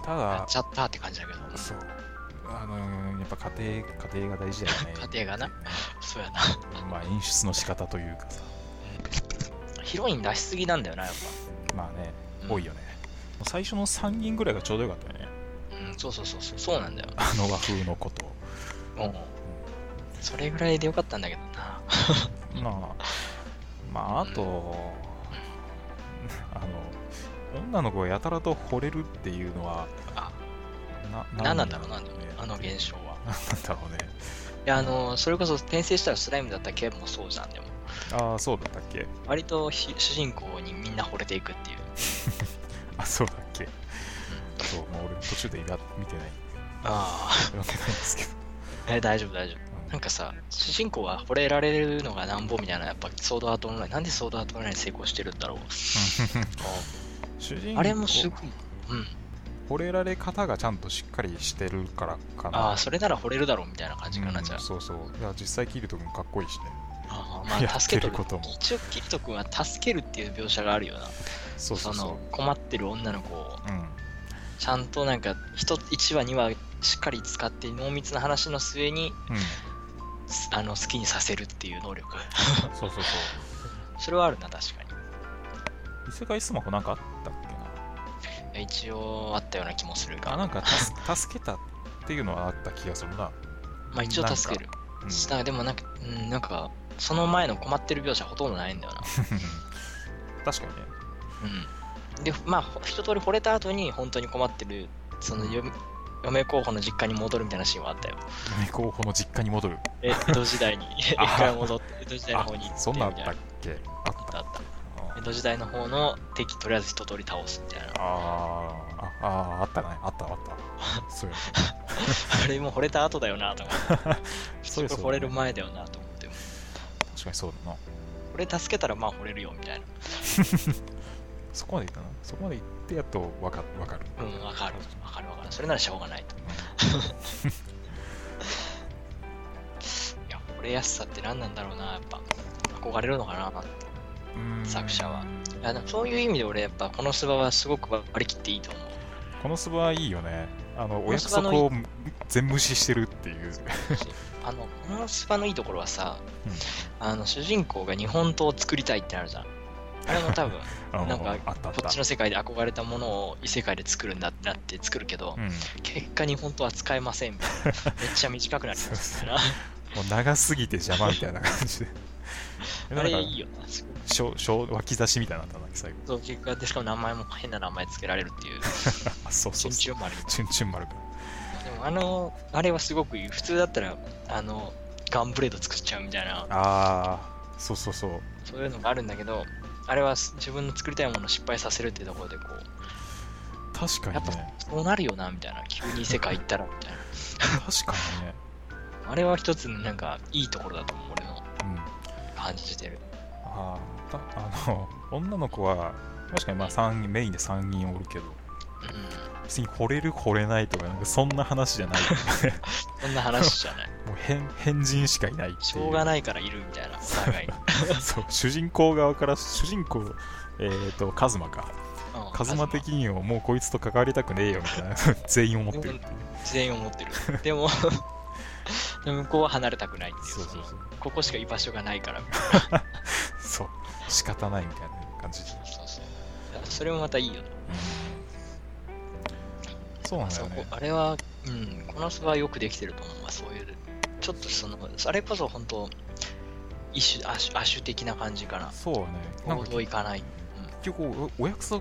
Speaker 1: た
Speaker 2: や
Speaker 1: だ
Speaker 2: っちゃったって感じだけど
Speaker 1: そうあのやっぱ家庭家庭が大事だよね
Speaker 2: 家庭がなそうやな
Speaker 1: まあ演出の仕方というかさ
Speaker 2: ヒロイン出しすぎなんだよなやっ
Speaker 1: まあね
Speaker 2: ぱ
Speaker 1: 多いよね最初の3人ぐらいがちょうどよかったよね
Speaker 2: うんそうそうそうそうそう なんだよ
Speaker 1: あの和風のこと
Speaker 2: もうそれぐらいでよかったんだけどな
Speaker 1: まあまああとあの女の子がやたらと惚れるっていうのは
Speaker 2: あ
Speaker 1: な
Speaker 2: 何なんだろうな
Speaker 1: ね
Speaker 2: あの現象は
Speaker 1: なんだろうね
Speaker 2: やあのそれこそ転生したらスライムだったけもそうじゃんでも
Speaker 1: ああそうだったっけ
Speaker 2: 割とひ主人公にみんな惚れていくっていう
Speaker 1: あそうだっけそうもう俺途中でや見てない
Speaker 2: ああ
Speaker 1: 読んでないんですけど
Speaker 2: え大丈夫大丈
Speaker 1: うん
Speaker 2: 夫なんかさ主人公は惚れられるのがなんぼみたいなやっぱソードアートオンラインなんでソードアートオンライン成功してるんだろう
Speaker 1: 主人公
Speaker 2: あれもすごいうん
Speaker 1: 惚れられ方がちゃんとしっかりしてるからかな
Speaker 2: ああそれなら惚れるだろうみたいな感じかなじゃ
Speaker 1: うんそうそういや実際キリト君かっこいいしね
Speaker 2: ああ
Speaker 1: やって
Speaker 2: ま
Speaker 1: る
Speaker 2: あ助けとる
Speaker 1: ことも
Speaker 2: 一応キリト君は助けるっていう描写があるよな
Speaker 1: そうそうそう
Speaker 2: の困ってる女の子を
Speaker 1: うん
Speaker 2: ちゃんとなんか 1, 話2話しっかり使って濃密な話の末に
Speaker 1: うん
Speaker 2: すあの好きにさせるっていう能力
Speaker 1: そうそうそう
Speaker 2: それはあるな確かに
Speaker 1: 異世界スマホなんかあったっけない
Speaker 2: や一応あったような気もする
Speaker 1: あ
Speaker 2: が
Speaker 1: なんかたす 助けたっていうのはあった気がするな、
Speaker 2: まあ一応助ける
Speaker 1: うん、
Speaker 2: しなんかでもなんか、うん、なんかその前の困ってる描写ほとんどないんだよな
Speaker 1: 確かにね
Speaker 2: うんでまあほ一通り惚れた後に本当に困ってるその嫁嫁候補の実家に戻るみたいなシーンはあったよ
Speaker 1: 嫁候補の実家に戻る
Speaker 2: え江戸時 代に一
Speaker 1: あ
Speaker 2: 回戻って江戸時代の方に行って
Speaker 1: そんなんあっ
Speaker 2: みた
Speaker 1: たっ
Speaker 2: い
Speaker 1: けあ
Speaker 2: あったあ
Speaker 1: あ
Speaker 2: った江戸時代の方の敵とりあえず一通り倒すみたいな
Speaker 1: あーあああったねあったあ ったそうや
Speaker 2: あれも惚れた後だよなと思って
Speaker 1: そ
Speaker 2: そうれ
Speaker 1: ですよね
Speaker 2: 惚れる前だよなと思って
Speaker 1: 確かにそうだな
Speaker 2: これ助けたらまあ惚れるよみたい
Speaker 1: そこまでいったなそこまでいってやっとわかわかる、
Speaker 2: なうんわかるわかるわかるそれならしょうがないといや惚れやすさって何なんだろうなやっぱ憧れるのかな
Speaker 1: うん
Speaker 2: 作者はいやでもそういう意味で俺やっぱこのスバはすごく割り切っていいと思う
Speaker 1: このスバいいよねあのお約
Speaker 2: こ
Speaker 1: 束
Speaker 2: の
Speaker 1: を全無視してるっていう
Speaker 2: あのこのスバのいいところはさ、
Speaker 1: うん
Speaker 2: あの主人公が日本刀を作りたいってなるじゃんあれも多 分
Speaker 1: あの
Speaker 2: なんか
Speaker 1: あったあっ
Speaker 2: こ
Speaker 1: た
Speaker 2: っちの世界で憧れたものを異世界で作るんだってなって作るけど、
Speaker 1: うん、も
Speaker 2: 結果日本刀は使えませんみ たいなめっちゃ短くなりますみたいな
Speaker 1: う長すぎて邪魔みたいな感じ で
Speaker 2: あ
Speaker 1: なん
Speaker 2: れい
Speaker 1: か
Speaker 2: いよなすごく
Speaker 1: しょしょ脇差しみたいになったんだっけ最後
Speaker 2: そう結果でしかも名前も変な名前つけられるっていう
Speaker 1: あそうそ
Speaker 2: 順
Speaker 1: うそう
Speaker 2: 調もあるよ
Speaker 1: チュンチュン丸くん
Speaker 2: でもあのあれはすごくいい普通だったらあのガンブレード作っちゃうみたいな
Speaker 1: ああそうそうそう
Speaker 2: そういうのがあるんだけどあれは自分の作りたいものを失敗させるっていうところでこう
Speaker 1: 確か
Speaker 2: やっ
Speaker 1: に
Speaker 2: ぱ
Speaker 1: ね
Speaker 2: そうなるよなみたいな急に異世界行ったらみたい
Speaker 1: 確かにね
Speaker 2: なあれは一つのなんかいいところだと思う俺の
Speaker 1: うん
Speaker 2: 感じてる
Speaker 1: あーたあの女の子は確かにまあ三人メインで3人おるけど
Speaker 2: うん
Speaker 1: 別に惚れる惚れないとかなんかそんな話じ ゃない
Speaker 2: そんな話じゃない
Speaker 1: もう変変人しかいないっていう
Speaker 2: しょうがないからいるみたいなお互いに、
Speaker 1: そう主人公側から主人公えっ、とカズマか
Speaker 2: うん
Speaker 1: カズマ的にはもうこいつと関わりたくねえよみたいな 全員思ってるっていう
Speaker 2: 全員を持 ってるでもでも向こうは離れたくないっていう
Speaker 1: そうそうそう
Speaker 2: ここしか居場所がないからみたいな
Speaker 1: そう仕方ないみたいな感じで、
Speaker 2: そうそうだからそれもまたいいよね
Speaker 1: そうなんだ
Speaker 2: そ
Speaker 1: よ
Speaker 2: こ
Speaker 1: ね
Speaker 2: あれは、うん、この巣はよくできてると思うわそういうちょっとそのあれこそ本当一種亜種亜種的な感じかな
Speaker 1: そうねなん
Speaker 2: 王
Speaker 1: か
Speaker 2: 道いかない
Speaker 1: 結局おお約束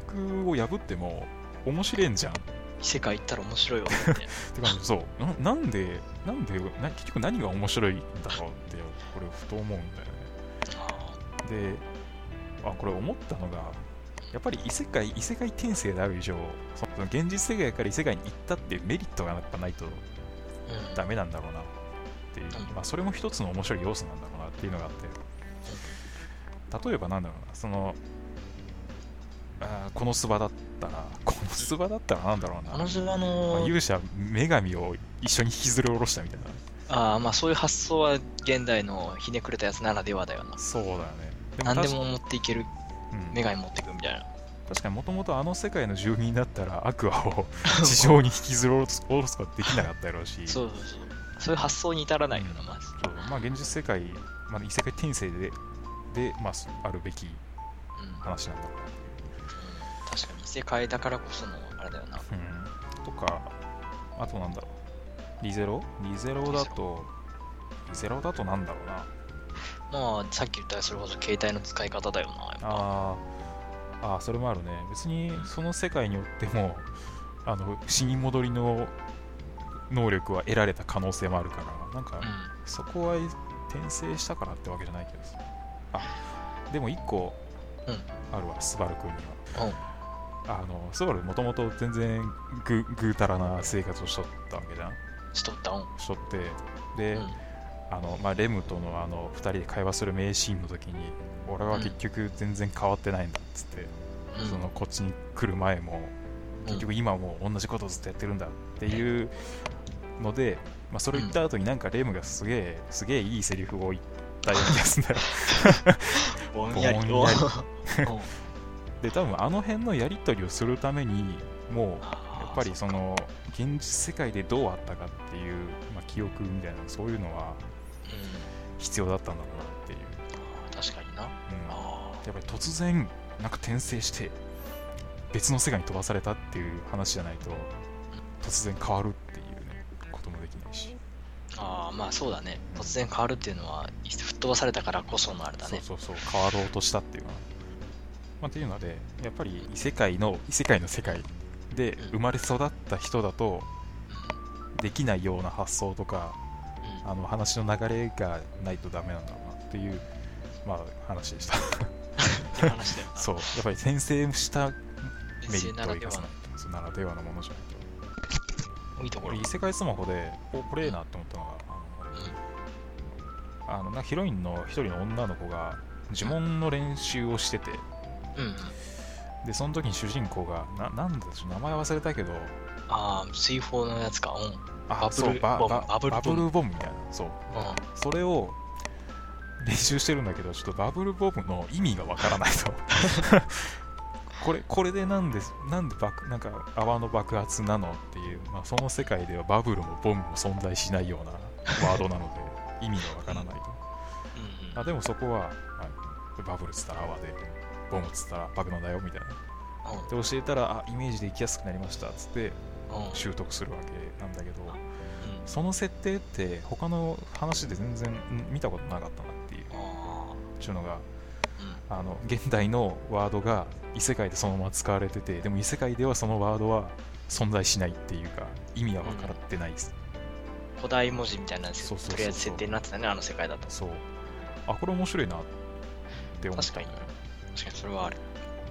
Speaker 1: を破っても面白いんじゃん
Speaker 2: 異世界行ったら面白いわみた いな
Speaker 1: てかそうななんでなんでな結局何が面白いんだろうってこれふと思うんだよ
Speaker 2: あ
Speaker 1: ねであこれ思ったのがやっぱり異世界異世界転生である以上その現実世界から異世界に行ったっていうメリットがやっぱないと
Speaker 2: ーうん
Speaker 1: ダメなんだろうなっていう、
Speaker 2: うん
Speaker 1: まあ、それも一つの面白い要素なんだろうなっていうのがあって例えばなんだろうなそのあーこのスバだったらこのスバだったらなんだろうな
Speaker 2: この巣はあ
Speaker 1: まあ
Speaker 2: の
Speaker 1: 勇者女神を一緒に引きずり下ろしたみたいな
Speaker 2: あーまあそういう発想は現代のひねくれたやつならではだよな
Speaker 1: そうだよねで
Speaker 2: 何で
Speaker 1: 確か
Speaker 2: も持っていける
Speaker 1: うん
Speaker 2: 女神持っていくみたいな
Speaker 1: 確かにもともとあの世界の住民だったらアクア を地上に引きずり下ろす下ろすことはできなかったやろうし
Speaker 2: そうそうそう。そういう発想に至らないよな、まず。
Speaker 1: そうまあ現実世界、まあ、異世界転生でで、まあ、すあるべき
Speaker 2: うん。うん
Speaker 1: 話なんだろ
Speaker 2: 確かに異世界だからこその、あれだよな。
Speaker 1: う、うん、とかあとなんだろうリゼロリゼロだとリゼロだとなんだろうな
Speaker 2: まあ、さっき言ったそれこそ携帯の使い方だよな、やっぱ。
Speaker 1: あーあーそれもあるね別にその世界によってもあの死に戻りの能力は得られた可能性もあるからなんか、
Speaker 2: う
Speaker 1: そこは転生したからってわけじゃないけどさあでも1個
Speaker 2: うん
Speaker 1: あるわ、スバル君に
Speaker 2: ん。うん。
Speaker 1: はあのスバルもともと全然ぐぐうたらな生活をしとったわけじゃん
Speaker 2: しとった、うん。
Speaker 1: しとってで、
Speaker 2: うん
Speaker 1: あのまあ、レムとのあの2人で会話する名シーンの時に俺は結局全然変わってないんだっつって、
Speaker 2: うん
Speaker 1: そのこっちに来る前も
Speaker 2: うん
Speaker 1: 結局今も同じことをずっとやってるんだっていうので、まあ、それを言った後になんかレムがすげえすげえいいセリフを言ったような気がするんだよ
Speaker 2: ぼんやり
Speaker 1: ぼんや り
Speaker 2: うん
Speaker 1: で多分あの辺のやり取りをするためにもう
Speaker 2: あー
Speaker 1: やっぱりその現実世界でどうあったかっていう、まあ、記憶みたいなそういうのは
Speaker 2: うん
Speaker 1: 必要だったんだろうなっていう、
Speaker 2: あー確かにな
Speaker 1: うん、や
Speaker 2: あ
Speaker 1: っぱり突然なんか転生して別の世界に飛ばされたっていう話じゃないと突然変わるっていうねこともできないし
Speaker 2: ーあーまあそうだね突然変わるっていうのは吹っ飛ばされたからこそのあれだね
Speaker 1: そうそうそう変わろうとしたっていうのは、まあ、っていうのでやっぱり異世界の異世界の世界で
Speaker 2: うん
Speaker 1: 生まれ育った人だと
Speaker 2: う
Speaker 1: できないような発想とか
Speaker 2: んうん
Speaker 1: あの話の流れがないとダメなんだろうなっていう、まあ、話でした
Speaker 2: って話だよな
Speaker 1: そうやっぱり先生したメ
Speaker 2: 先
Speaker 1: リ
Speaker 2: 生
Speaker 1: ッ
Speaker 2: な
Speaker 1: トを
Speaker 2: ら
Speaker 1: 生か
Speaker 2: では
Speaker 1: さないとそうならではのものじゃないと
Speaker 2: のいいところ
Speaker 1: 俺異世界スマホでおこれええなって思ったのがあのあのなんかヒロインの一人の女の子が呪文の練習をしてて
Speaker 2: うんうん
Speaker 1: でその時に主人公がななんだっけ名前忘れたけど
Speaker 2: ああ水泡のやつかうん
Speaker 1: あ
Speaker 2: バブル
Speaker 1: そうバ
Speaker 2: ボム
Speaker 1: バ
Speaker 2: バブルボム
Speaker 1: バブルボムみたいなそう
Speaker 2: う
Speaker 1: それを練習してるんだけどちょっとバブルボムの意味がわからない とこれこれでなんでなんで爆なんか泡の爆発なのっていう、まあ、その世界ではバブルもボムも存在しないようなワードなので意味がわからないと
Speaker 2: んうん
Speaker 1: あでもそこは、はいバブルっつったら泡でボムっつったら爆弾だよみたいなで
Speaker 2: う
Speaker 1: 教えたらあイメージで行きやすくなりましたっつって
Speaker 2: んうん
Speaker 1: 習得するわけなんだけど
Speaker 2: うん
Speaker 1: その設定って他の話で全然ん見たことなかったなっていう
Speaker 2: あ
Speaker 1: ちゅうのが
Speaker 2: ーうん
Speaker 1: あの現代のワードが異世界でそのまま使われててでも異世界ではそのワードは存在しないっていうか意味は分からってないです、
Speaker 2: 古代文字みたいなやつ
Speaker 1: そうそうそうそう
Speaker 2: とりあえず設定になってたねあの世界だと
Speaker 1: そうあこれ面白いなって思った
Speaker 2: 確かに確かにそれはある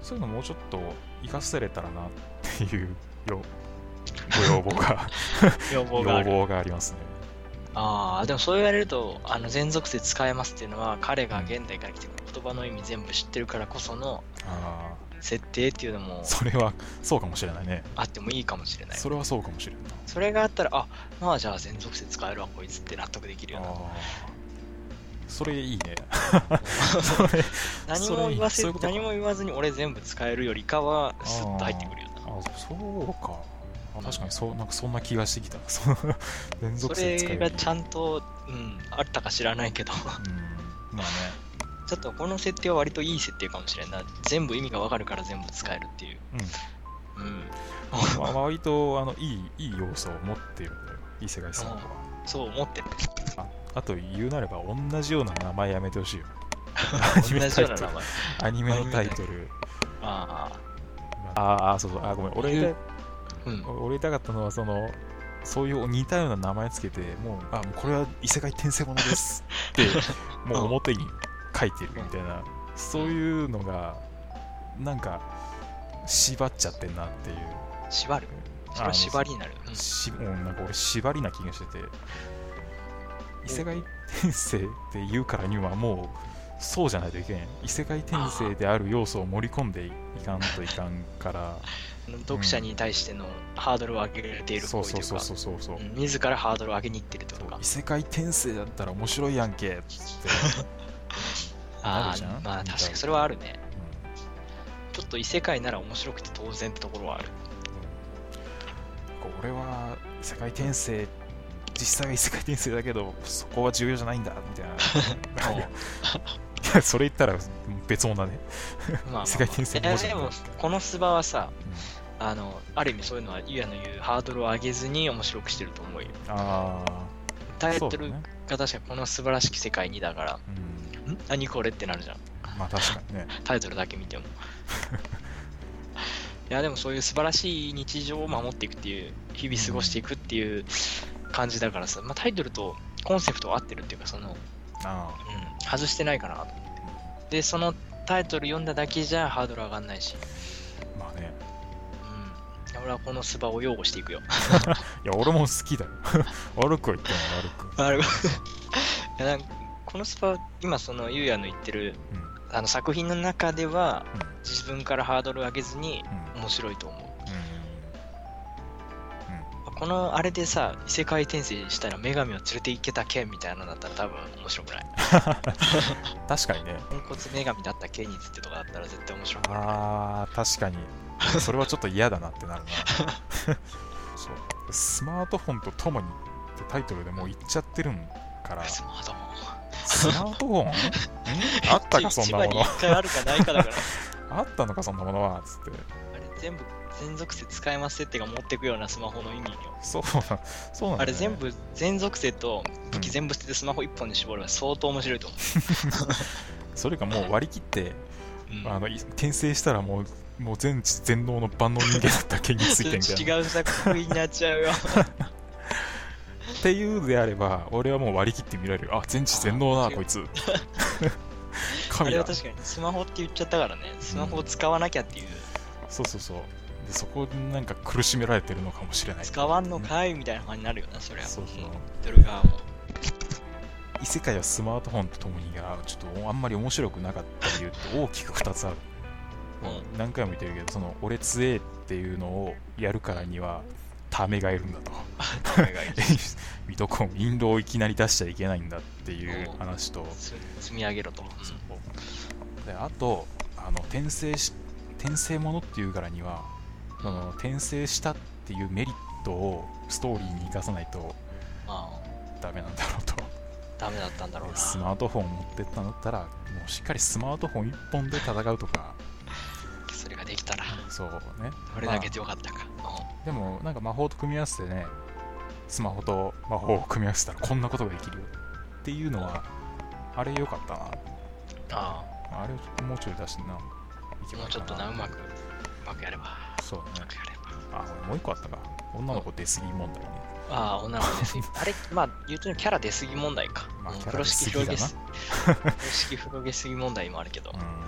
Speaker 1: そういうのもうちょっと生かせれたらなっていう よご要望が
Speaker 2: 要望
Speaker 1: 要
Speaker 2: がある
Speaker 1: 望がありますね
Speaker 2: ああでもそう言われるとあの全属性使えますっていうのは彼が現代から来てる言葉の意味全部知ってるからこその
Speaker 1: あ
Speaker 2: 設定っていうのも
Speaker 1: あそれはそうかもしれないね
Speaker 2: あってもいいかもしれない
Speaker 1: それはそうかもしれない
Speaker 2: それがあったらあまあじゃあ全属性使えるわこいつって納得できるよな
Speaker 1: あーそれいい ね
Speaker 2: 何
Speaker 1: それ
Speaker 2: も言わせ
Speaker 1: そういうことか
Speaker 2: 何も言わずに俺全部使えるよりかはスッと入ってくるよな
Speaker 1: あそうかあ確かにそうなんかそんな気がしてきたそう 連
Speaker 2: そ
Speaker 1: 続性使え
Speaker 2: れ
Speaker 1: る
Speaker 2: がちゃんと、うん、あったか知らないけど
Speaker 1: うんまあね
Speaker 2: ちょっとこの設定は割といい設定かもしれんない全部意味がわかるから全部使えるっていううん
Speaker 1: まあ、割とあのいいいい要素を持っているんだよいい世界スマホは
Speaker 2: そう思ってる
Speaker 1: ああと言うなれば同じような名前やめてほしいよア
Speaker 2: 同
Speaker 1: ニ
Speaker 2: じ
Speaker 1: メ
Speaker 2: よ
Speaker 1: のタイ
Speaker 2: うな
Speaker 1: ト
Speaker 2: 名
Speaker 1: ル
Speaker 2: 前
Speaker 1: アニメのタイトル
Speaker 2: ああ
Speaker 1: あーあーそうそうあーごめん俺言いたい
Speaker 2: うん
Speaker 1: 俺言いたかったのはそのそういう似たような名前つけてもうあもうこれは異世界転生ものです ってもう表に書いてるみたいなそういうのがなんか縛っちゃってんなっていう
Speaker 2: 縛るそれは縛りになるうん
Speaker 1: しもうなんか俺縛りな気がしてて異世界転生って言うからにはもうそうじゃないといけん異世界転生である要素を盛り込んでいかんといかんから
Speaker 2: 読者に対してのハードルを上げている
Speaker 1: そ
Speaker 2: 行
Speaker 1: うそ
Speaker 2: 為というう
Speaker 1: そう
Speaker 2: か
Speaker 1: そうそうそう
Speaker 2: うん自らハードルを上げにいってるってことか
Speaker 1: 異世界転生だったら面白いやん けっつって、な
Speaker 2: あ
Speaker 1: るじゃん
Speaker 2: あまあ確かにそれはあるねちょっと異世界なら面白くて当然ってところはある
Speaker 1: うんうん、俺は異世界転生実際は異世界転生だけどそこは重要じゃないんだみたいな いやいや それ言ったら別物だね
Speaker 2: まあ
Speaker 1: 世界転生
Speaker 2: まあまあ
Speaker 1: 面白い
Speaker 2: えーでもこのスバはさあのある意味そういうのはゆうやの言うハードルを上げずに面白くしてると思うよ
Speaker 1: あ
Speaker 2: タイ
Speaker 1: そう
Speaker 2: ト
Speaker 1: だ
Speaker 2: ル
Speaker 1: ね
Speaker 2: が確かこの素晴らしき世界にだから
Speaker 1: あうん
Speaker 2: ん何これってなるじゃん
Speaker 1: まあ確かにね
Speaker 2: タイトルだけ見 てもいやでもそういう素晴らしい日常を守っていくっていう日々過ごしていくっていう感じだからさ、まあ、タイトルとコンセプトは合ってるっていうかその、
Speaker 1: あ
Speaker 2: うん、外してないかなと思ってでそのタイトル読んだだけじゃハードル上がんないし、
Speaker 1: ーまあね
Speaker 2: うん、俺はこのスバを擁護していくよ
Speaker 1: いや俺も好きだよ 悪くは言っても悪く
Speaker 2: あれ いやなんかこのスパ今そのゆうやの言ってる
Speaker 1: うんうん
Speaker 2: あの作品の中では
Speaker 1: うん
Speaker 2: 自分からハードル上げずに
Speaker 1: うん
Speaker 2: 面白いと
Speaker 1: う
Speaker 2: 思
Speaker 1: ん
Speaker 2: うこのあれでさ異世界転生したら女神を連れて行けたけみたいなのだったら多分面白くない
Speaker 1: 確かにね
Speaker 2: ポンコツ女神だったけについてとかだったら絶対面白くない
Speaker 1: あー確かにそれはちょっと嫌だなって なるなそうスマートフォンとともにってタイトルでもう言っちゃってるんから
Speaker 2: スマートフォン
Speaker 1: スマート フォンんあったかそんなもの
Speaker 2: 一番に一回あるかないかだから
Speaker 1: あったのかそんなものはつって
Speaker 2: あれ全部全属性使えますってが持ってくようなスマホの意味よ
Speaker 1: そうなそうなんだ、ね、
Speaker 2: あれ全部全属性と武
Speaker 1: う
Speaker 2: 器
Speaker 1: ん
Speaker 2: 全部捨ててスマホ1本に絞れば相当面白いと思
Speaker 1: それかもう割り切って
Speaker 2: う、うん
Speaker 1: あのい転生したらもうもう全知全能の万能人間だった件についてみたいな
Speaker 2: 違う作品になっちゃうよ
Speaker 1: っていうであれば俺はもう割り切って見られるあ全知全能
Speaker 2: あ
Speaker 1: だ
Speaker 2: ー
Speaker 1: こい つ
Speaker 2: あ
Speaker 1: 神
Speaker 2: れ
Speaker 1: だ
Speaker 2: は確かにスマホって言っちゃったからねスマホを使わなきゃっていう、
Speaker 1: そうそうそうでそこになんか苦しめられてるのかもしれない
Speaker 2: 使わんのかいみたいな感じになるよなそりゃ
Speaker 1: そうそう
Speaker 2: ドルガーも
Speaker 1: 異世界はスマートフォンとともにがちょっとあんまり面白くなかった理由って大きく2つある、
Speaker 2: う
Speaker 1: 何回も言ってるけどその俺強えっていうのをやるからにはためがいるんだと水戸黄門印籠をいきなり出しちゃいけないんだっていう話と、
Speaker 2: つ積み上げ ろと、うん
Speaker 1: であとあの転生し転生ものっていうからにはその転生したっていうメリットをストーリーに生かさないと
Speaker 2: まあ
Speaker 1: ダメなんだろうと
Speaker 2: ダメだったんだろうな
Speaker 1: スマートフォン持ってったんだったらもうしっかりスマートフォン1本で戦うとか
Speaker 2: それができたら
Speaker 1: そうね
Speaker 2: どれだけ強かったか、
Speaker 1: まあでもなんか魔法と組み合わせてねスマホと魔法を組み合わせたらこんなことができるよっていうのはあれ良かった
Speaker 2: ああ
Speaker 1: なあれをもうちょい出してなけば
Speaker 2: も
Speaker 1: いうい
Speaker 2: ち
Speaker 1: か
Speaker 2: ょっとなうまくうまくやればう
Speaker 1: そうね
Speaker 2: まくやれば
Speaker 1: あもう一個あったか女の子出過ぎ問題ね
Speaker 2: ああ女の子で すよあれまあ言うとキャラ出過ぎ問題か、
Speaker 1: まあ
Speaker 2: うん
Speaker 1: キャ
Speaker 2: 風
Speaker 1: ラ
Speaker 2: 呂
Speaker 1: 出過
Speaker 2: 敷
Speaker 1: ぎ
Speaker 2: 広
Speaker 1: だ
Speaker 2: げ
Speaker 1: な
Speaker 2: す風呂敷広げすぎ問題もあるけど、
Speaker 1: うん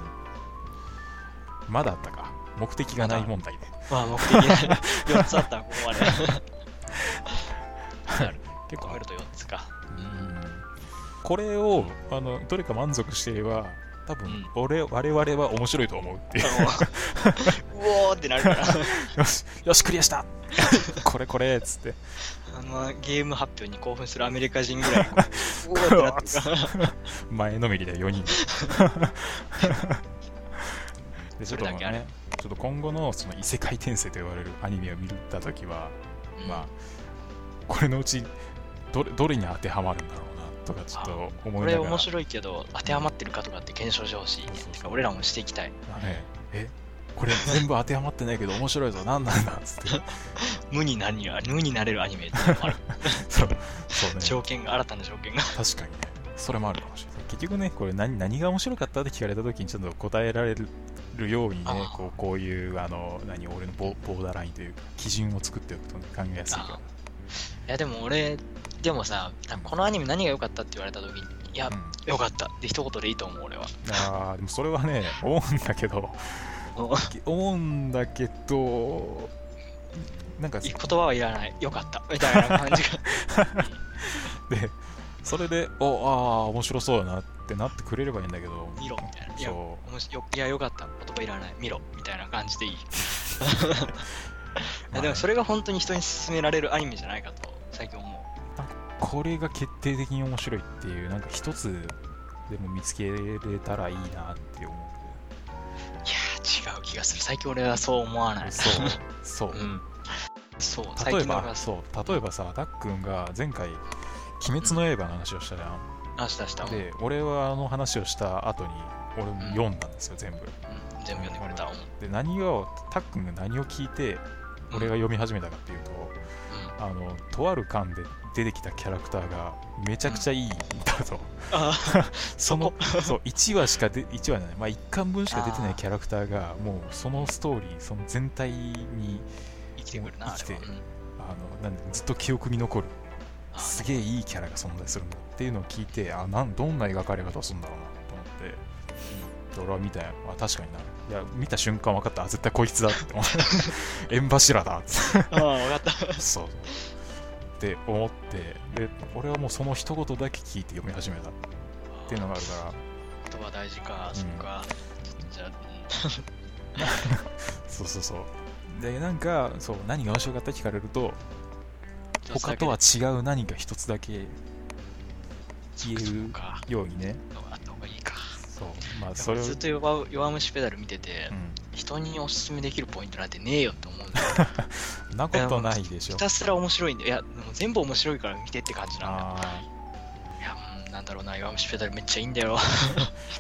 Speaker 1: まだあったか目的がない問題ね
Speaker 2: まあ目的 ない4つあったらこ こまでなる
Speaker 1: 結構あ
Speaker 2: 超え
Speaker 1: る
Speaker 2: ると4つか
Speaker 1: うんこれをあのどれか満足していれば多
Speaker 2: う
Speaker 1: 分
Speaker 2: ん
Speaker 1: 俺、我々は面白いと思うっていう
Speaker 2: うおーってなるから
Speaker 1: よし よしクリアしたこれこれっつって
Speaker 2: あのゲーム発表に興奮するアメリカ人ぐらい うおーってなってるから
Speaker 1: 前のめりで4人 でちょっと
Speaker 2: それだけある
Speaker 1: ねちょっと今後のその異世界転生と言われるアニメを見た時は、まあこれのうちどれどれに当てはまるんだろうなとかちょっと思
Speaker 2: こ
Speaker 1: いな
Speaker 2: れ
Speaker 1: がら
Speaker 2: 面白いけど当てはまってるかとかって検証してほしいねてか俺らもしていきたい
Speaker 1: あれえこれ全部当てはまってないけど面白いぞ何なんだっつって
Speaker 2: 無になるには無になれるアニメっていうのもある
Speaker 1: そうそうね
Speaker 2: 条件が新たな条件が
Speaker 1: 確かにねそれもあるかもしれない結局ねこれ何何が面白かったって聞かれた時にちょっと答えられるようにね
Speaker 2: あー
Speaker 1: こうこういうあの何俺のボボーダーラインというか基準を作っておくと、ね、考えやすいか
Speaker 2: あいやでも俺でもさなんかこのアニメ何が良かったって言われた時にいや
Speaker 1: ら、うん、
Speaker 2: 良かったって一言でいいと思う俺は
Speaker 1: あーでもそれは ね思うんだけど思うんだけどなんか
Speaker 2: いい言葉はいらない良かったみたいな感じが
Speaker 1: でそれでおああー面白そうだなってなってくれればいいんだけど
Speaker 2: 見ろみたいないや
Speaker 1: そ
Speaker 2: 面白いいや良かった言葉いらない見ろみたいな感じでいいいやでもそれが本当に人に勧められるアニメじゃないかと最近思う
Speaker 1: うこれが決定的に面白いっていうなんか一つでも見つけれたらいいなって思う
Speaker 2: いやー違う気がする最近俺はそう思わない
Speaker 1: そうそう、
Speaker 2: うんそう最
Speaker 1: 例え
Speaker 2: 近の俺
Speaker 1: ば
Speaker 2: はそう
Speaker 1: そう例えばさたっくんが前回「鬼滅の刃」の話をしたじゃん、
Speaker 2: あしたした、うん、
Speaker 1: で俺はあの話をした後に俺も読んだんですよ、全部
Speaker 2: 全部読んでくれた、うん
Speaker 1: で何をたっくんが何を聞いて俺が読み始めたかっていうと、
Speaker 2: うん
Speaker 1: あのとある巻で出てきたキャラクターがめちゃくちゃいいんだと、
Speaker 2: あ
Speaker 1: その そう1話しかで1話じゃない、まあ、1巻分しか出てないキャラクターがもうそのストーリーその全体に
Speaker 2: 生きてくるな、あ
Speaker 1: 生きて
Speaker 2: れは。うん
Speaker 1: あのなんずっと記憶に残る
Speaker 2: あ
Speaker 1: すげえいいキャラが存在するんだっていうのを聞いてあなんどんな描かれ方をするんだろうなと思ってで俺は見たよあ確かにないや見た瞬間分かったあ絶対こいつだって思って 縁柱だって
Speaker 2: あ分かった
Speaker 1: そうそうって思ってで俺はもうその一言だけ聞いて読み始めたっていうのがあるから
Speaker 2: 言葉大事か、そっかじゃあ
Speaker 1: そうそうそうでなんかそう何が面白かった聞かれると
Speaker 2: うん
Speaker 1: 他とは違う何か一つだけ
Speaker 2: そっかそっか
Speaker 1: ようにね
Speaker 2: あった方がいいか
Speaker 1: そうまあ
Speaker 2: そ
Speaker 1: それ
Speaker 2: れ
Speaker 1: を
Speaker 2: ずっと弱弱虫ペダル見てて、
Speaker 1: う
Speaker 2: 人におすすめできるポイントなんてねえよと思うんだよ
Speaker 1: んなことないでしょ
Speaker 2: ひたすら面白いんだよいやでも全部面白いから見てって感じなんだよ
Speaker 1: あ
Speaker 2: いやうんなんだろうな弱虫ペダルめっちゃいいん だよめっ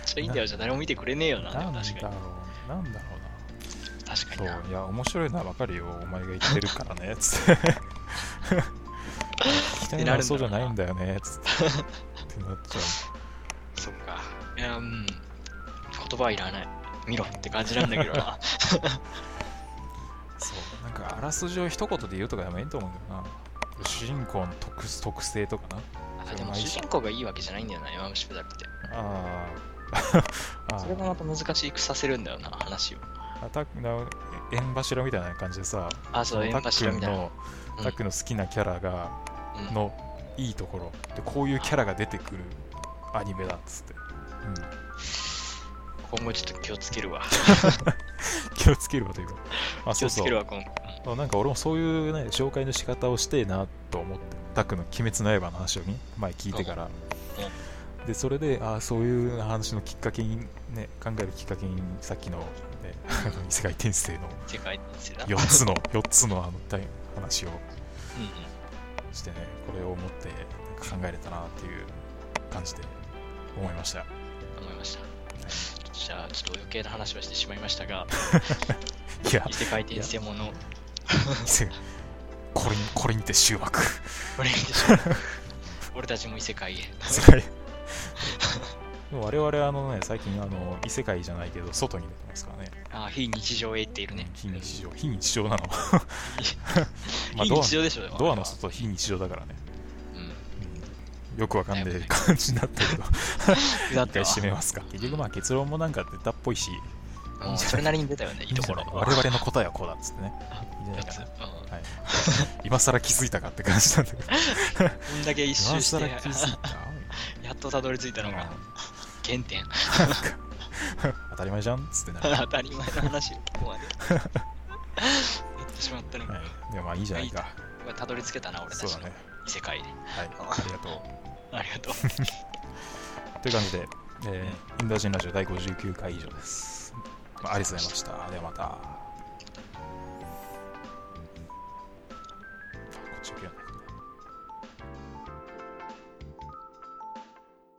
Speaker 2: ちゃいいんだよじゃあ誰も見てくれねえよな
Speaker 1: あ
Speaker 2: で
Speaker 1: な
Speaker 2: も
Speaker 1: んだ
Speaker 2: 確
Speaker 1: ろ
Speaker 2: か
Speaker 1: うなんだろ
Speaker 2: に確か
Speaker 1: う
Speaker 2: に
Speaker 1: な
Speaker 2: な
Speaker 1: そういや面白いのは分かるよお前が言ってるから ねつって聞きたいのはそうじゃないんだよねつってってなっちゃう
Speaker 2: そっかいやうん言葉はいらない見ろって感じなんだけど な
Speaker 1: そうなんかあらすじを一言で言うとかでもいいと思うんだよな主人公の特特性とかな
Speaker 2: あでも主人公がいいわけじゃないんだよな弱虫ペダルって
Speaker 1: あ ーあ
Speaker 2: それが
Speaker 1: ー
Speaker 2: また難しくさせるんだよな話を
Speaker 1: アタックの縁柱みたいな感じでさ
Speaker 2: あそう
Speaker 1: の
Speaker 2: 円
Speaker 1: タッ
Speaker 2: 柱
Speaker 1: ク
Speaker 2: み
Speaker 1: ン
Speaker 2: たいな
Speaker 1: のタックンの好きなキャラが
Speaker 2: うん
Speaker 1: のいいところでこういうキャラが出てくるアニメだっつって、うん、
Speaker 2: 今後ちょっと気をつけるわ
Speaker 1: 気をつけるわというか、 まあ、
Speaker 2: 気
Speaker 1: そ
Speaker 2: を
Speaker 1: う
Speaker 2: つ
Speaker 1: そ
Speaker 2: ける
Speaker 1: う
Speaker 2: わ今後
Speaker 1: なんか俺もそういう、ね、紹介の仕方をしてえなと思ってタクの「鬼滅の刃」の話をね前聞いてから、でそれでああそういう話のきっかけに、ね、考えるきっかけにさっきの、ね、 異世界転生の
Speaker 2: 世界のせいだ
Speaker 1: 4つの四つのあの大話を
Speaker 2: うんうん
Speaker 1: してねこれを思って考えれたなっていう感じで思いました。
Speaker 2: 思いましたじゃあちょっと余計な話をしてしまいましたが
Speaker 1: いや
Speaker 2: 異世界転生もの
Speaker 1: これにこれにて終幕
Speaker 2: これでしょう俺たちも異世界へ
Speaker 1: でも我々はあのね最近あの異世界じゃないけど外に出てますからね
Speaker 2: あ非日常へっているね
Speaker 1: 非日常非日常なの まあ
Speaker 2: 非
Speaker 1: ド
Speaker 2: 日常でしょで
Speaker 1: ア
Speaker 2: も
Speaker 1: ドアの外非日常だからね、
Speaker 2: うん
Speaker 1: うんよくわかんない感じになったけど
Speaker 2: だっ
Speaker 1: 一
Speaker 2: た
Speaker 1: 回
Speaker 2: わ
Speaker 1: 締めますか結局まあ結論もなんか出たっぽいし
Speaker 2: うんそれなりに出たよねいいと ころ
Speaker 1: いいんじゃない我々の答えはこうだっつってねいいんじゃないか
Speaker 2: やつう
Speaker 1: なん
Speaker 2: こ
Speaker 1: はい、今更気づいたかって感じなんだけど
Speaker 2: んだけ一
Speaker 1: 今
Speaker 2: 周して
Speaker 1: 更気づいた
Speaker 2: やっとたどり着いたのが原点
Speaker 1: 当たり前じゃんっつってなる、は
Speaker 2: 当たり前の話をここ までやってしまったのが
Speaker 1: い、でもまあいいじゃないか
Speaker 2: まあたどり着けたな俺た
Speaker 1: そう
Speaker 2: ち
Speaker 1: だ
Speaker 2: の
Speaker 1: ね
Speaker 2: 異世界で
Speaker 1: はいありがとう
Speaker 2: ありがとう
Speaker 1: という感じで、えーインド人ラジオ第59回以上です、まあ、ありがとうございましたではまたあこっち行くよね